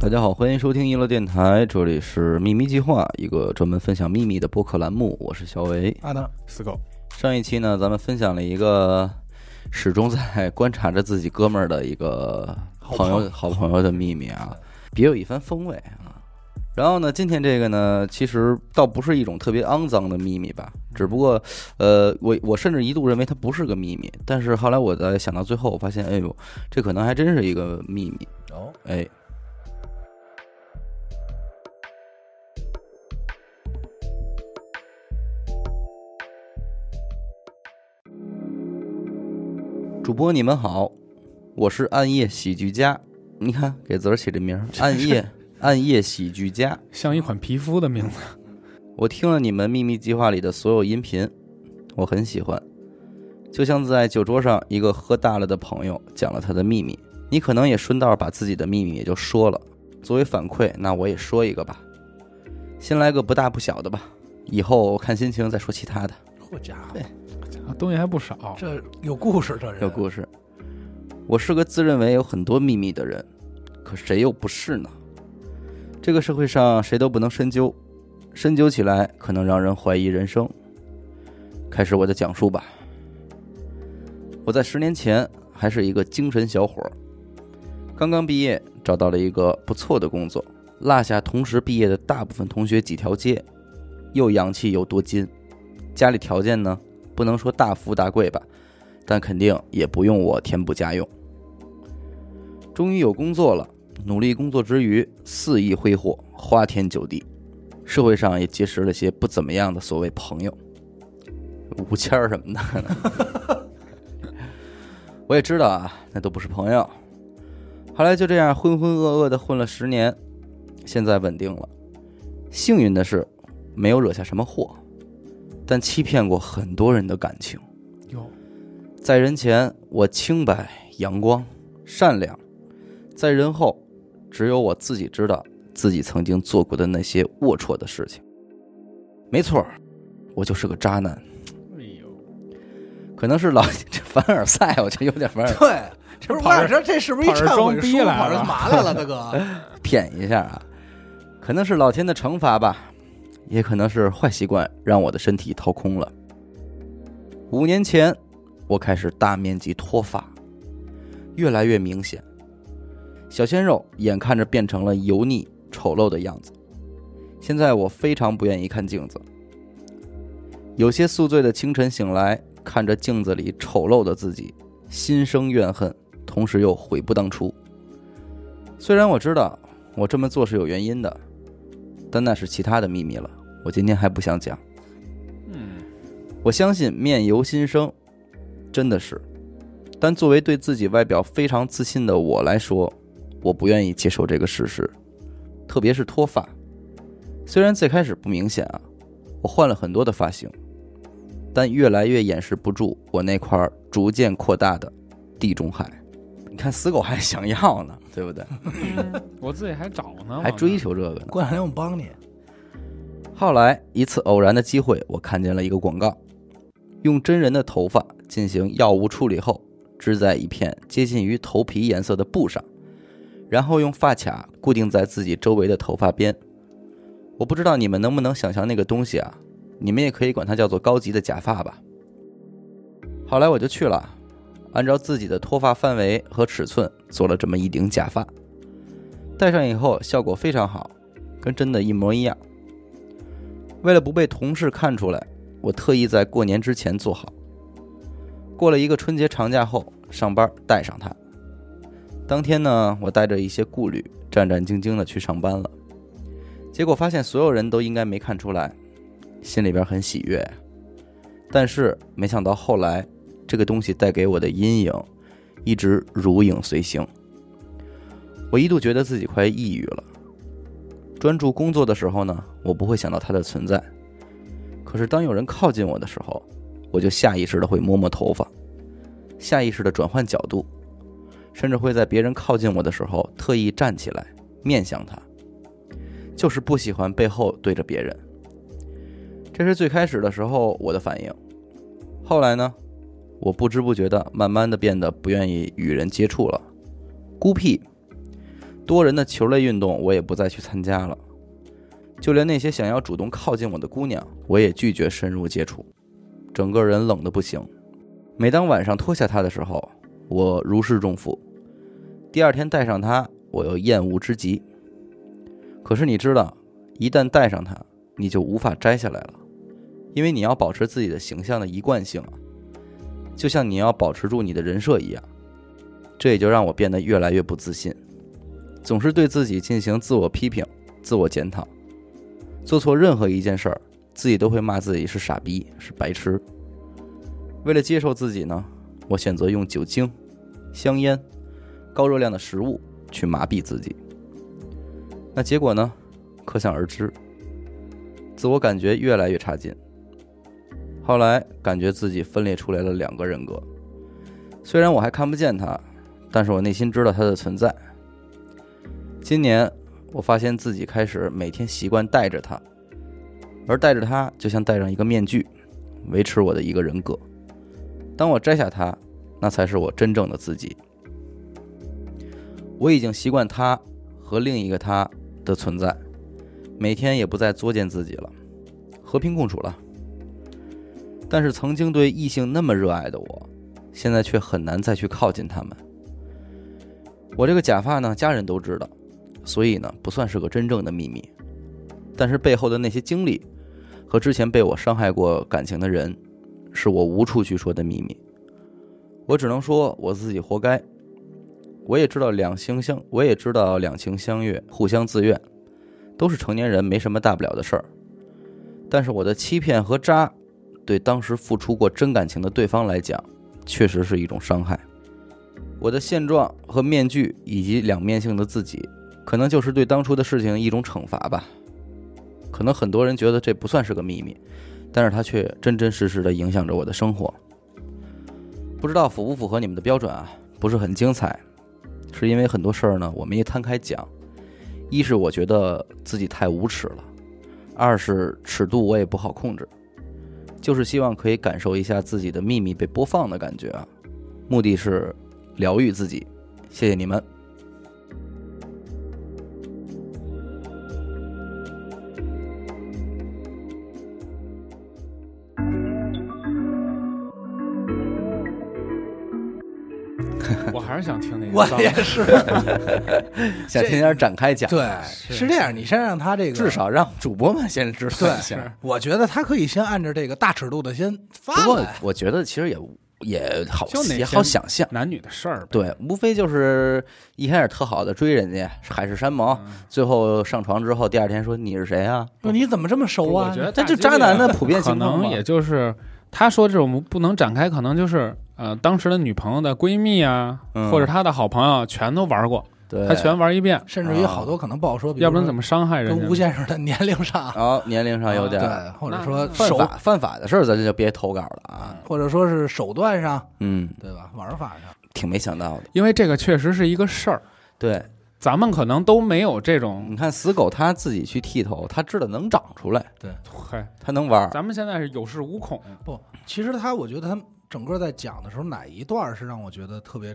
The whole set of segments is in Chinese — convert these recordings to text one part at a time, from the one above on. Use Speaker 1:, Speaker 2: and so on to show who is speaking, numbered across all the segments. Speaker 1: 大家好，欢迎收听一乐电台，这里是秘密计划，一个专门分享秘密的播客栏目，我是小维。
Speaker 2: 阿达，
Speaker 3: 死狗，
Speaker 1: 上一期呢，咱们分享了一个始终在观察着自己哥们儿的一个朋友、好朋友的秘密啊，别有一番风味啊。然后呢，今天这个呢，其实倒不是一种特别肮脏的秘密吧，只不过，呃，我我甚至一度认为它不是个秘密，但是后来我在想到最后，我发现，哎呦，这可能还真是一个秘密。
Speaker 2: 哦，
Speaker 1: 哎。主播你们好，我是暗夜喜剧家。你看，给自个儿起这名儿，暗夜暗夜喜剧家。
Speaker 3: 像一款皮肤的名字。
Speaker 1: 我听了你们秘密计划里的所有音频，我很喜欢，就像在酒桌上一个喝大了的朋友讲了他的秘密，你可能也顺道把自己的秘密也就说了。作为反馈，那我也说一个吧，先来个不大不小的吧，以后看心情再说其他的。
Speaker 2: 好家伙，
Speaker 3: 啊东西还不少，
Speaker 2: 这有故事，这人
Speaker 1: 有故事。我是个自认为有很多秘密的人，可谁又不是呢？这个社会上谁都不能深究，深究起来可能让人怀疑人生。开始我的讲述吧。我在十年前还是一个精神小伙儿，刚刚毕业，找到了一个不错的工作，落下同时毕业的大部分同学几条街，又洋气又多金。家里条件呢，不能说大富大贵吧，但肯定也不用我填补家用。终于有工作了，努力工作之余肆意挥霍，花天酒地，社会上也结识了些不怎么样的所谓朋友，吴谦儿什么的。我也知道啊，那都不是朋友。后来就这样浑浑噩噩的混了十年，现在稳定了。幸运的是，没有惹下什么祸，但欺骗过很多人的感情。
Speaker 3: 有
Speaker 1: 在人前我清白、阳光、善良，在人后，只有我自己知道自己曾经做过的那些龌龊的事情。没错儿，我就是个渣男，
Speaker 3: 哎呦，
Speaker 1: 可能是老 这凡尔赛，我这有点凡尔赛，
Speaker 2: 对，这不是
Speaker 3: 跑
Speaker 2: 晚
Speaker 3: 着
Speaker 2: 上这是不是一
Speaker 3: 跑着
Speaker 2: 忏
Speaker 3: 装
Speaker 2: 悔
Speaker 3: 逼
Speaker 2: 书？
Speaker 3: 来
Speaker 2: 跑着
Speaker 3: 了
Speaker 2: 干嘛来了，大哥？
Speaker 1: 舔一下啊，可能是老天的惩罚吧，也可能是坏习惯让我的身体掏空了。五年前，我开始大面积脱发，越来越明显，小鲜肉眼看着变成了油腻丑陋的样子。现在我非常不愿意看镜子，有些宿醉的清晨醒来，看着镜子里丑陋的自己，心生怨恨，同时又悔不当初。虽然我知道我这么做是有原因的，但那是其他的秘密了，我今天还不想讲。
Speaker 3: 嗯，
Speaker 1: 我相信面由心生，真的是。但作为对自己外表非常自信的我来说，我不愿意接受这个事实，特别是脱发。虽然最开始不明显啊，我换了很多的发型，但越来越掩饰不住我那块儿逐渐扩大的地中海。你看死狗还想要呢，对不对？
Speaker 3: 我自己还找呢，
Speaker 1: 还追求这个呢。
Speaker 2: 过两天我们帮你，
Speaker 1: 后来一次偶然的机会，我看见了一个广告，用真人的头发进行药物处理后，织在一片接近于头皮颜色的布上，然后用发卡固定在自己周围的头发边。我不知道你们能不能想象那个东西啊？你们也可以管它叫做高级的假发吧。后来我就去了，按照自己的脱发范围和尺寸做了这么一顶假发，戴上以后效果非常好，跟真的一模一样。为了不被同事看出来，我特意在过年之前做好。过了一个春节长假后，上班带上它。当天呢，我带着一些顾虑，战战兢兢的去上班了。结果发现所有人都应该没看出来，心里边很喜悦。但是没想到后来，这个东西带给我的阴影，一直如影随形。我一度觉得自己快抑郁了。专注工作的时候呢，我不会想到它的存在。可是当有人靠近我的时候，我就下意识的会摸摸头发，下意识的转换角度，甚至会在别人靠近我的时候特意站起来面向他，就是不喜欢背后对着别人。这是最开始的时候我的反应，后来呢，我不知不觉的慢慢的变得不愿意与人接触了，孤僻，多人的球类运动我也不再去参加了，就连那些想要主动靠近我的姑娘，我也拒绝深入接触，整个人冷得不行。每当晚上脱下它的时候，我如释重负。第二天戴上它，我又厌恶之极。可是你知道，一旦戴上它，你就无法摘下来了，因为你要保持自己的形象的一贯性啊，就像你要保持住你的人设一样。这也就让我变得越来越不自信，总是对自己进行自我批评、自我检讨，做错任何一件事儿，自己都会骂自己是傻逼、是白痴。为了接受自己呢，我选择用酒精、香烟、高热量的食物去麻痹自己。那结果呢，可想而知，自我感觉越来越差劲。后来感觉自己分裂出来了两个人格，虽然我还看不见他，但是我内心知道它的存在。今年我发现自己开始每天习惯带着它，而带着它就像戴上一个面具，维持我的一个人格。当我摘下它，那才是我真正的自己。我已经习惯它和另一个它的存在，每天也不再作践自己了，和平共处了。但是曾经对异性那么热爱的我，现在却很难再去靠近他们。我这个假发呢，家人都知道，所以呢，不算是个真正的秘密。但是背后的那些经历，和之前被我伤害过感情的人，是我无处去说的秘密。我只能说我自己活该。我也知道两情相，我也知道两情相悦，互相自愿，都是成年人，没什么大不了的事儿。但是我的欺骗和渣，对当时付出过真感情的对方来讲，确实是一种伤害。我的现状和面具以及两面性的自己，可能就是对当初的事情一种惩罚吧。可能很多人觉得这不算是个秘密，但是它却真真实实的影响着我的生活。不知道符不符合你们的标准啊？不是很精彩，是因为很多事儿呢，我没摊开讲。一是我觉得自己太无耻了，二是尺度我也不好控制，就是希望可以感受一下自己的秘密被播放的感觉啊。目的是疗愈自己。谢谢你们。
Speaker 3: 我还是想听那个
Speaker 2: 我
Speaker 3: 脏
Speaker 2: 也 是，
Speaker 3: 哎
Speaker 1: 想听点展开讲，
Speaker 2: 对，是这样。你先让他这个，
Speaker 1: 至少让主播们先知道一下。
Speaker 2: 我觉得他可以先按照这个大尺度的先发
Speaker 1: 不过
Speaker 2: 来。
Speaker 1: 我觉得其实也也好
Speaker 3: 就哪
Speaker 1: 也
Speaker 3: 些
Speaker 1: 好想象，
Speaker 3: 男女的事儿吧。
Speaker 1: 对，无非就是一开始特好的追人家海誓山盟，最后上床之后，第二天说你是谁啊？
Speaker 2: 说你怎么这么熟
Speaker 3: 我
Speaker 2: 啊
Speaker 3: 觉？得
Speaker 1: 这
Speaker 3: 大
Speaker 1: 就
Speaker 3: 几率
Speaker 1: 渣男的
Speaker 3: 啊
Speaker 1: 普遍
Speaker 3: 可
Speaker 1: 情况
Speaker 3: 能
Speaker 1: 嘛
Speaker 3: 也就是他说这种不能展开，可能就是呃当时的女朋友的闺蜜啊，
Speaker 1: 嗯
Speaker 3: 或者他的好朋友全都玩过，
Speaker 1: 对，
Speaker 3: 他全玩一遍，
Speaker 2: 甚至于好多可能不好说，比
Speaker 3: 啊
Speaker 2: 如
Speaker 3: 要不然
Speaker 2: 说
Speaker 3: 怎么伤害人家
Speaker 2: 跟
Speaker 3: 呢？
Speaker 2: 吴先生的年龄上，
Speaker 1: 然后年龄上有点
Speaker 2: 对，或者说
Speaker 3: 那
Speaker 1: 犯
Speaker 2: 手，
Speaker 1: 法啊犯法的事儿，咱就别投稿了啊。
Speaker 2: 或者说是手段上，
Speaker 1: 嗯，
Speaker 2: 对吧？玩法上，
Speaker 1: 挺没想到的。
Speaker 3: 因为这个确实是一个事儿，
Speaker 1: 对，
Speaker 3: 咱们可能都没有这种。
Speaker 1: 你看死狗他自己去剃头，他知道能长出来，
Speaker 3: 嗨，
Speaker 1: 他能玩儿。
Speaker 3: 咱们现在是有恃无恐，
Speaker 2: 其实他，我觉得他整个在讲的时候，哪一段是让我觉得特别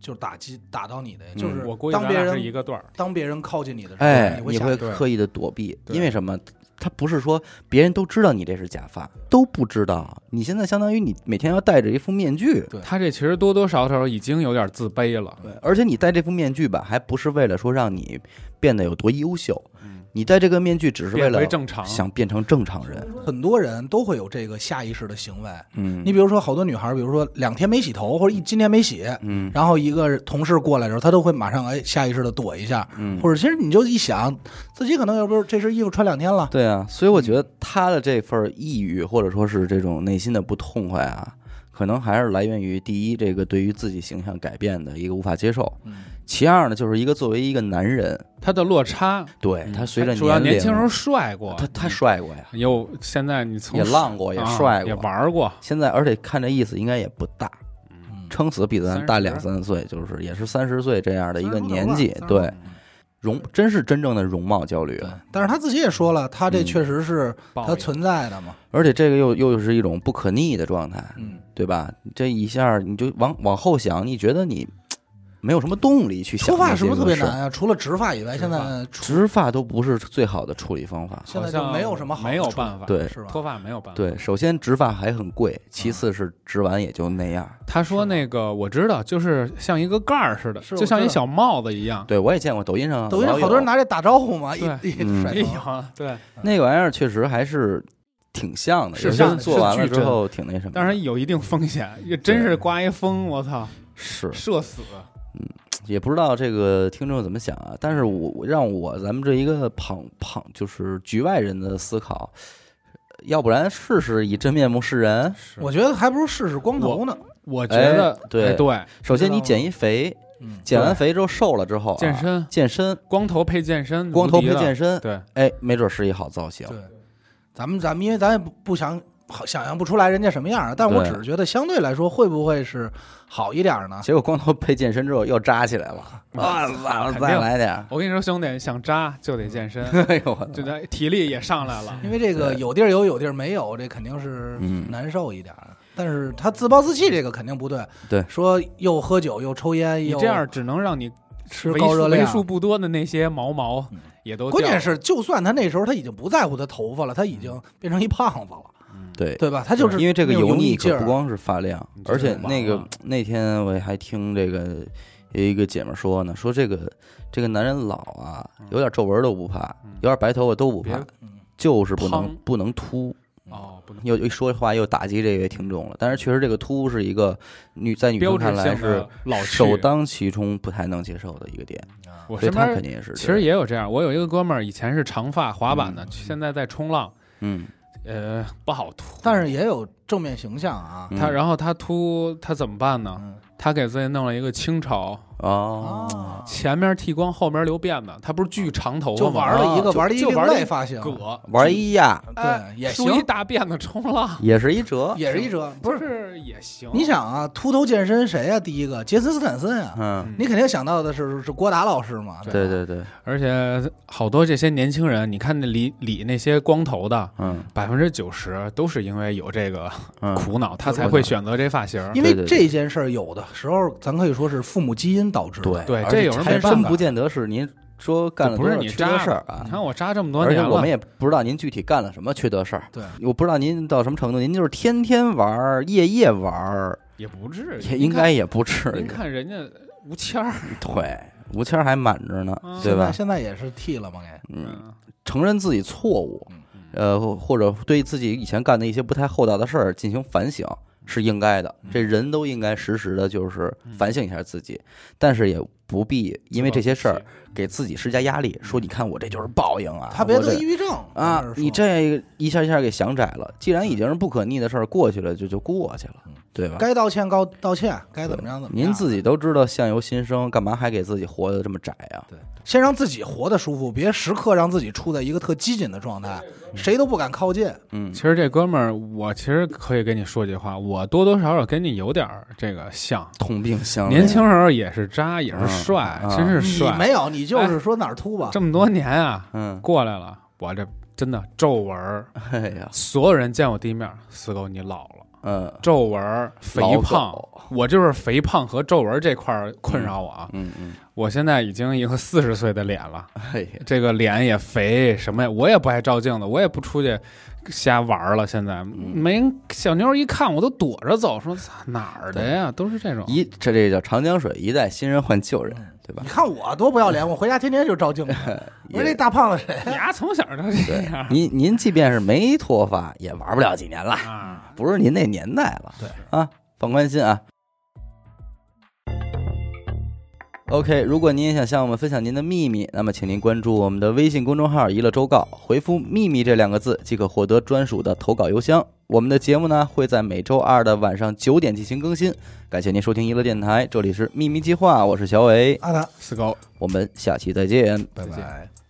Speaker 2: 就是打击打到你的呀？
Speaker 1: 嗯
Speaker 2: 就是
Speaker 3: 我估计
Speaker 2: 当
Speaker 3: 咱
Speaker 2: 别
Speaker 3: 俩是一
Speaker 2: 人
Speaker 3: 个段儿。
Speaker 2: 当别人靠近你的时候，
Speaker 1: 哎，
Speaker 2: 会
Speaker 1: 你
Speaker 2: 想
Speaker 1: 会
Speaker 3: 对
Speaker 1: 刻意的躲避，
Speaker 3: 对
Speaker 1: 因为什么？他不是说别人都知道你这是假发，都不知道。你现在相当于你每天要戴着一副面具，
Speaker 2: 对
Speaker 3: 他这其实多多少少已经有点自卑了，
Speaker 1: 对，而且你戴这副面具吧，还不是为了说让你变得有多优秀
Speaker 3: 嗯，
Speaker 1: 你戴这个面具只是为
Speaker 3: 变
Speaker 1: 了
Speaker 3: 回正常。
Speaker 1: 想变成正常人。
Speaker 2: 很多人都会有这个下意识的行为。
Speaker 1: 嗯，
Speaker 2: 你比如说，好多女孩，比如说两天没洗头，或者一今天没洗，
Speaker 1: 嗯
Speaker 2: 然后一个同事过来的时候，她都会马上哎下意识的躲一下，
Speaker 1: 嗯，
Speaker 2: 或者其实你就一想，自己可能要不是这身衣服穿两天了，
Speaker 1: 对啊，所以我觉得他的这份抑郁或者说是这种内心的不痛快啊，可能还是来源于第一，这个对于自己形象改变的一个无法接受；
Speaker 2: 嗯，
Speaker 1: 其二呢，就是一个作为一个男人，
Speaker 3: 他的落差，
Speaker 1: 对哎他随着
Speaker 3: 嗯主要
Speaker 1: 年龄
Speaker 3: 年轻时候帅过，
Speaker 1: 他他帅过呀，
Speaker 3: 又现在你从
Speaker 1: 也浪过，也帅
Speaker 3: 啊也
Speaker 1: 过。
Speaker 3: 玩过，
Speaker 1: 现在而且看这意思应该也不大，
Speaker 2: 嗯
Speaker 1: 撑死比咱大
Speaker 3: 30
Speaker 1: 两三岁，就是也是三十岁这样的一个
Speaker 3: 30出头
Speaker 1: 年
Speaker 3: 吧
Speaker 1: 纪
Speaker 3: 30，
Speaker 1: 对容真是真正的容貌焦虑
Speaker 2: 对
Speaker 1: 了，。
Speaker 2: 但是她自己也说了，她这
Speaker 1: 嗯
Speaker 2: 确实是
Speaker 3: 报
Speaker 2: 它
Speaker 3: 应
Speaker 2: 存在的嘛，
Speaker 1: 而且这个又又是一种不可逆的状态，
Speaker 2: 嗯，
Speaker 1: 对吧？这一下你就往往后想，你觉得你没有什么动力去想
Speaker 2: 脱发
Speaker 1: 这
Speaker 2: 是
Speaker 1: 些
Speaker 2: 不是特
Speaker 1: 个
Speaker 2: 别
Speaker 1: 事儿
Speaker 2: 难啊？除了植发以外，
Speaker 3: 植
Speaker 2: 现
Speaker 3: 发
Speaker 2: 在除
Speaker 1: 植发都不是最好的处理方法。
Speaker 2: 现
Speaker 3: 好
Speaker 2: 在就
Speaker 3: 像
Speaker 2: 没有什么好
Speaker 3: 没
Speaker 2: 的
Speaker 3: 有
Speaker 2: 处
Speaker 3: 办法
Speaker 1: 对
Speaker 2: 是吧？
Speaker 3: 脱发没有办法。
Speaker 1: 对，首先植发还很贵，其次是植完也就那样。
Speaker 3: 他说
Speaker 2: 是吗
Speaker 3: 那个我知道，就是像一个盖儿似的，
Speaker 2: 是
Speaker 3: 就
Speaker 2: 我
Speaker 3: 像
Speaker 2: 知
Speaker 3: 一
Speaker 2: 道
Speaker 3: 小帽子一样。
Speaker 1: 对我也见过抖音上
Speaker 2: 抖音上
Speaker 1: 老
Speaker 2: 好多
Speaker 1: 有
Speaker 2: 人拿这打招呼嘛，一
Speaker 3: 对
Speaker 2: 一
Speaker 1: 嗯
Speaker 2: 甩
Speaker 3: 哎
Speaker 2: 头
Speaker 3: 呀，对，
Speaker 1: 那个玩意儿，确实还是挺像的。
Speaker 2: 是
Speaker 1: 有些
Speaker 2: 像
Speaker 1: 人
Speaker 2: 的
Speaker 1: 做
Speaker 3: 是
Speaker 1: 完了
Speaker 3: 巨
Speaker 1: 之
Speaker 3: 真
Speaker 1: 后挺那什么的。
Speaker 3: 当然有一定风险，也真是刮一风，我操，
Speaker 1: 是
Speaker 3: 社死。
Speaker 1: 也不知道这个听众怎么想啊，但是我我让我咱们这一个旁旁就是局外人的思考，要不然试试以真面目示人。
Speaker 2: 我觉得还不如试试光头呢。
Speaker 3: 我觉得
Speaker 1: 哎对
Speaker 3: 哎对，
Speaker 1: 首先你
Speaker 2: 知道吗
Speaker 1: 减一肥，
Speaker 2: 嗯，
Speaker 1: 减完肥之后瘦了之后、啊，
Speaker 3: 健身
Speaker 1: 健身，
Speaker 3: 光头配健身，
Speaker 1: 光头
Speaker 3: 无敌
Speaker 1: 配
Speaker 3: 了
Speaker 1: 健身，
Speaker 3: 对，
Speaker 1: 哎，没准是一好造型。
Speaker 2: 对，咱们咱们因为咱也不不想好想象不出来人家什么样儿，但我
Speaker 1: 对
Speaker 2: 只是觉得相对来说会不会是好一点儿呢？
Speaker 1: 结果光头配健身之后又扎起来了，啊，完了
Speaker 3: 肯定
Speaker 1: 再来点 儿，
Speaker 3: 我跟你说，兄弟，想扎就得健身，
Speaker 1: 哎呦我
Speaker 3: 就得体力也上来了。
Speaker 2: 因为这个有地儿有，有地儿没有，这肯定是
Speaker 1: 嗯
Speaker 2: 难受一点儿。但是他自暴自弃，这个肯定不对。
Speaker 1: 对
Speaker 2: 说又喝酒又抽烟，
Speaker 3: 你
Speaker 2: 又
Speaker 3: 这样只能让你
Speaker 2: 哎吃
Speaker 3: 为
Speaker 2: 高
Speaker 3: 数
Speaker 2: 热
Speaker 3: 为
Speaker 2: 量，
Speaker 3: 数不多的那些毛毛
Speaker 2: 嗯
Speaker 3: 也都掉
Speaker 2: 关键
Speaker 3: 了
Speaker 2: 是，就算他那时候他已经不在乎他头发了，他已经变成一胖子了，
Speaker 1: 对。
Speaker 2: 对吧？他就是
Speaker 1: 因为这个
Speaker 2: 那种油
Speaker 1: 腻
Speaker 2: 劲
Speaker 1: 可
Speaker 2: 儿
Speaker 1: 不光是发量，
Speaker 3: 你这
Speaker 1: 而且
Speaker 3: 完
Speaker 1: 那个
Speaker 3: 了
Speaker 1: 那天我还听这个有一个姐们说呢，说这个这个男人老啊，有点皱纹都不怕，
Speaker 3: 嗯
Speaker 1: 有点白头发都不
Speaker 3: 别
Speaker 1: 怕，
Speaker 2: 嗯
Speaker 1: 就是不能
Speaker 3: 胖
Speaker 1: 不能秃。
Speaker 3: 哦，不能
Speaker 1: 又又说话又打击这位听众了，但是确实这个秃是一个女在女
Speaker 3: 标
Speaker 1: 生
Speaker 3: 志
Speaker 1: 看来
Speaker 3: 性
Speaker 1: 是
Speaker 3: 的老去
Speaker 1: 首。当其冲不太能接受的一个点，
Speaker 3: 我
Speaker 1: 所以
Speaker 3: 身
Speaker 1: 他肯
Speaker 3: 边
Speaker 1: 定也是这样。
Speaker 3: 其实也有这样，我有一个哥们儿以前是长发滑板
Speaker 2: 嗯
Speaker 3: 的，现在在冲浪，
Speaker 1: 嗯，
Speaker 3: 呃，不好秃。
Speaker 2: 但是也有正面形象啊。
Speaker 1: 嗯
Speaker 3: 他然后他秃，他怎么办呢？
Speaker 2: 嗯
Speaker 3: 他给自己弄了一个清朝，
Speaker 1: 哦，
Speaker 2: 啊，
Speaker 3: 前面剃光，后面留辫子，他不是巨长头
Speaker 2: 就
Speaker 3: 发
Speaker 2: 玩
Speaker 3: 吗？啊
Speaker 2: 了一个
Speaker 1: 就
Speaker 2: 玩了一
Speaker 3: 就
Speaker 2: 另
Speaker 3: 玩了
Speaker 2: 类
Speaker 3: 一
Speaker 2: 发型，
Speaker 3: 葛
Speaker 1: 玩一呀
Speaker 2: 对也
Speaker 3: 梳一
Speaker 2: 行，
Speaker 3: 大辫子冲浪，
Speaker 1: 也是一折，
Speaker 2: 也是一折，不
Speaker 3: 不
Speaker 2: 是。
Speaker 3: 是也行？
Speaker 2: 你想啊，秃头健身谁呀、第一个杰森斯坦森啊，
Speaker 1: 嗯，
Speaker 2: 你肯定想到的是是郭达老师嘛？
Speaker 3: 啊
Speaker 1: 对
Speaker 2: 吧
Speaker 1: 对对，
Speaker 3: 而且好多这些年轻人，你看那理理那些光头的，
Speaker 1: 嗯
Speaker 3: 百分之九十都是因为有这个
Speaker 1: 嗯，
Speaker 3: 苦恼，他才会选择这发型。
Speaker 2: 因
Speaker 1: 对
Speaker 2: 为
Speaker 1: 对对
Speaker 2: 这件事儿有的时候咱可以说是父母基因导致的。
Speaker 1: 对
Speaker 3: 对
Speaker 1: 而
Speaker 3: 这
Speaker 1: 且
Speaker 3: 有人
Speaker 1: 还
Speaker 3: 没办
Speaker 1: 真
Speaker 3: 法
Speaker 1: 不见得是您说干了
Speaker 3: 不是
Speaker 1: 多少
Speaker 3: 你
Speaker 1: 缺德
Speaker 3: 扎
Speaker 1: 事儿
Speaker 3: 你
Speaker 1: 啊，
Speaker 3: 看我扎这么多
Speaker 1: 而且
Speaker 3: 年
Speaker 1: 我
Speaker 3: 了
Speaker 1: 们，也不知道您具体干了什么缺德事儿。
Speaker 2: 对
Speaker 1: 我不知道您到什么程度，您就是天天玩儿、夜夜玩儿，
Speaker 3: 也不至于，
Speaker 1: 也应该也不至
Speaker 3: 您看。您
Speaker 1: 于。
Speaker 3: 看人家吴谦儿，
Speaker 1: 对，吴谦儿还满着呢，
Speaker 3: 嗯
Speaker 1: 对
Speaker 2: 现在
Speaker 1: 吧？
Speaker 2: 现在也是剃了嘛，给
Speaker 1: 嗯，
Speaker 3: 嗯
Speaker 1: 承认自己错误
Speaker 2: 嗯，
Speaker 1: 呃，或或者对自己以前干的一些不太厚道的事儿进行反省是应该
Speaker 3: 嗯
Speaker 1: 的。这人都应该时时的，就是反省一下自己，但是也不必因为这些事儿嗯给自己施加压力，
Speaker 3: 嗯
Speaker 1: 说你看我这就是报应啊，
Speaker 2: 他别
Speaker 1: 我
Speaker 2: 得
Speaker 1: 这
Speaker 2: 抑郁症
Speaker 1: 啊
Speaker 2: 就是，说
Speaker 1: 你这一下一下给想窄了。既然已经是不可逆的事儿，过去了就就过去了，对吧？
Speaker 2: 嗯该道歉告道歉，该怎么样怎么样。
Speaker 1: 您自己都知道相由心生，干嘛还给自己活得这么窄啊？
Speaker 2: 对，先让自己活得舒服，别时刻让自己处在一个特激进的状态，谁都不敢靠近。
Speaker 1: 嗯
Speaker 3: 其实这哥们儿，我其实可以跟你说句话，我多多少少跟你有点儿这个像，
Speaker 1: 同病相怜，
Speaker 3: 年轻时候也是渣，也
Speaker 1: 嗯
Speaker 3: 是帅，
Speaker 1: 嗯
Speaker 3: 真是
Speaker 2: 你
Speaker 3: 帅。
Speaker 2: 没有，你就是说哪儿秃吧？
Speaker 3: 这么多年啊，
Speaker 1: 嗯，
Speaker 3: 过来了，我这真的皱纹儿，
Speaker 1: 哎呀，
Speaker 3: 所有人见我第一面，死狗你老了，
Speaker 1: 嗯
Speaker 3: 皱纹儿、肥
Speaker 1: 老
Speaker 3: 胖
Speaker 1: 狗，
Speaker 3: 我就是肥胖和皱纹这块儿困扰我啊。
Speaker 1: 嗯嗯，
Speaker 3: 我现在已经一个四十岁的脸了，
Speaker 1: 哎呀，
Speaker 3: 这个脸也肥，什么呀，我也不爱照镜子，我也不出去瞎玩儿了。现在没人小妞儿一看我都躲着走，说操哪儿的呀，都是这种。
Speaker 1: 一这这叫长江水一代新人换旧人，对吧
Speaker 2: 你？看我多不要脸，我回家天天就照镜子。我说这大胖子谁？
Speaker 3: 你丫从小就这样
Speaker 1: 您您即便是没脱发，也玩不了几年了，
Speaker 3: 啊。
Speaker 1: 不是您那年代了。对啊，放宽心啊。OK，如果您也想向我们分享您的秘密，那么请您关注我们的微信公众号“娱乐周告”，回复“秘密”这两个字即可获得专属的投稿邮箱。我们的节目呢会在每周二的晚上九点进行更新。感谢您收听娱乐电台，这里是秘密计划，我是小伟，
Speaker 2: 阿达，
Speaker 3: 四狗，
Speaker 1: 我们下期再见。
Speaker 2: 拜
Speaker 3: 再见
Speaker 2: 拜。